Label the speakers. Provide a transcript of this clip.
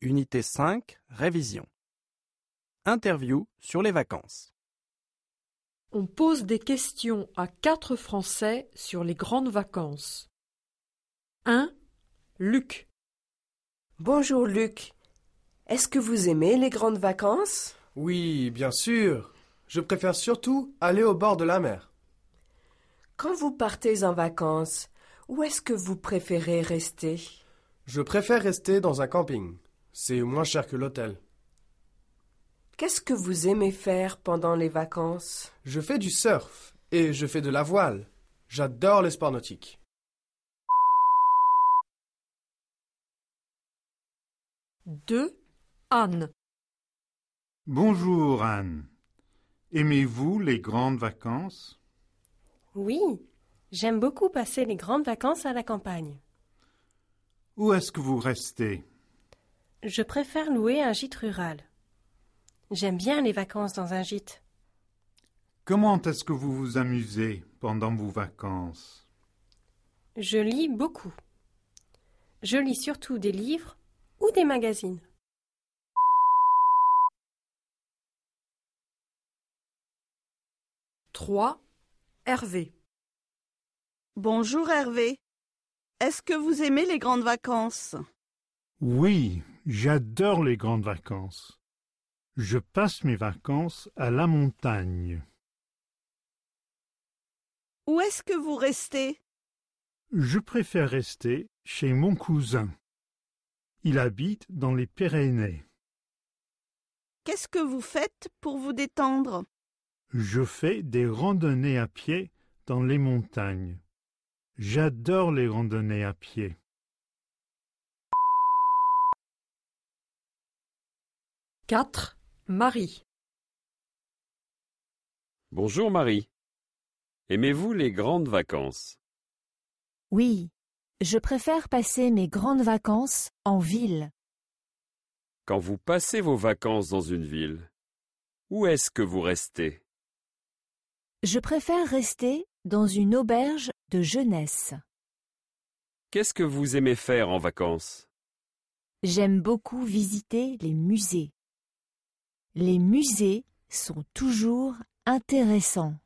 Speaker 1: Unité 5, révision. Interview sur les vacances.
Speaker 2: On pose des questions à quatre Français sur les grandes vacances. 1. Luc.
Speaker 3: Bonjour Luc. Est-ce que vous aimez les grandes vacances
Speaker 4: Oui, bien sûr. Je préfère surtout aller au bord de la mer.
Speaker 3: Quand vous partez en vacances, où est-ce que vous préférez rester
Speaker 4: Je préfère rester dans un camping. C'est moins cher que l'hôtel.
Speaker 3: Qu'est-ce que vous aimez faire pendant les vacances
Speaker 4: Je fais du surf et je fais de la voile. J'adore les sports nautiques.
Speaker 2: Deux, Anne.
Speaker 5: Bonjour Anne. Aimez-vous les grandes vacances
Speaker 6: Oui, j'aime beaucoup passer les grandes vacances à la campagne.
Speaker 5: Où est-ce que vous restez
Speaker 6: Je préfère louer un gîte rural. J'aime bien les vacances dans un gîte.
Speaker 5: Comment est-ce que vous vous amusez pendant vos vacances
Speaker 6: Je lis beaucoup. Je lis surtout des livres ou des magazines.
Speaker 2: Trois, Hervé.
Speaker 7: Bonjour Hervé. Est-ce que vous aimez les grandes vacances
Speaker 5: Oui, j'adore les grandes vacances. Je passe mes vacances à la montagne.
Speaker 7: Où est-ce que vous restez
Speaker 5: Je préfère rester chez mon cousin. Il habite dans les Pyrénées.
Speaker 7: Qu'est-ce que vous faites pour vous détendre
Speaker 5: Je fais des randonnées à pied dans les montagnes. J'adore les randonnées à pied.
Speaker 2: Quatre, Marie.
Speaker 8: Bonjour Marie. Aimez-vous les grandes vacances
Speaker 9: Oui, je préfère passer mes grandes vacances en ville.
Speaker 8: Quand vous passez vos vacances dans une ville, où est-ce que vous restez
Speaker 9: Je préfère rester dans une auberge de jeunesse.
Speaker 8: Qu'est-ce que vous aimez faire en vacances
Speaker 9: J'aime beaucoup visiter les musées. Les musées sont toujours intéressants.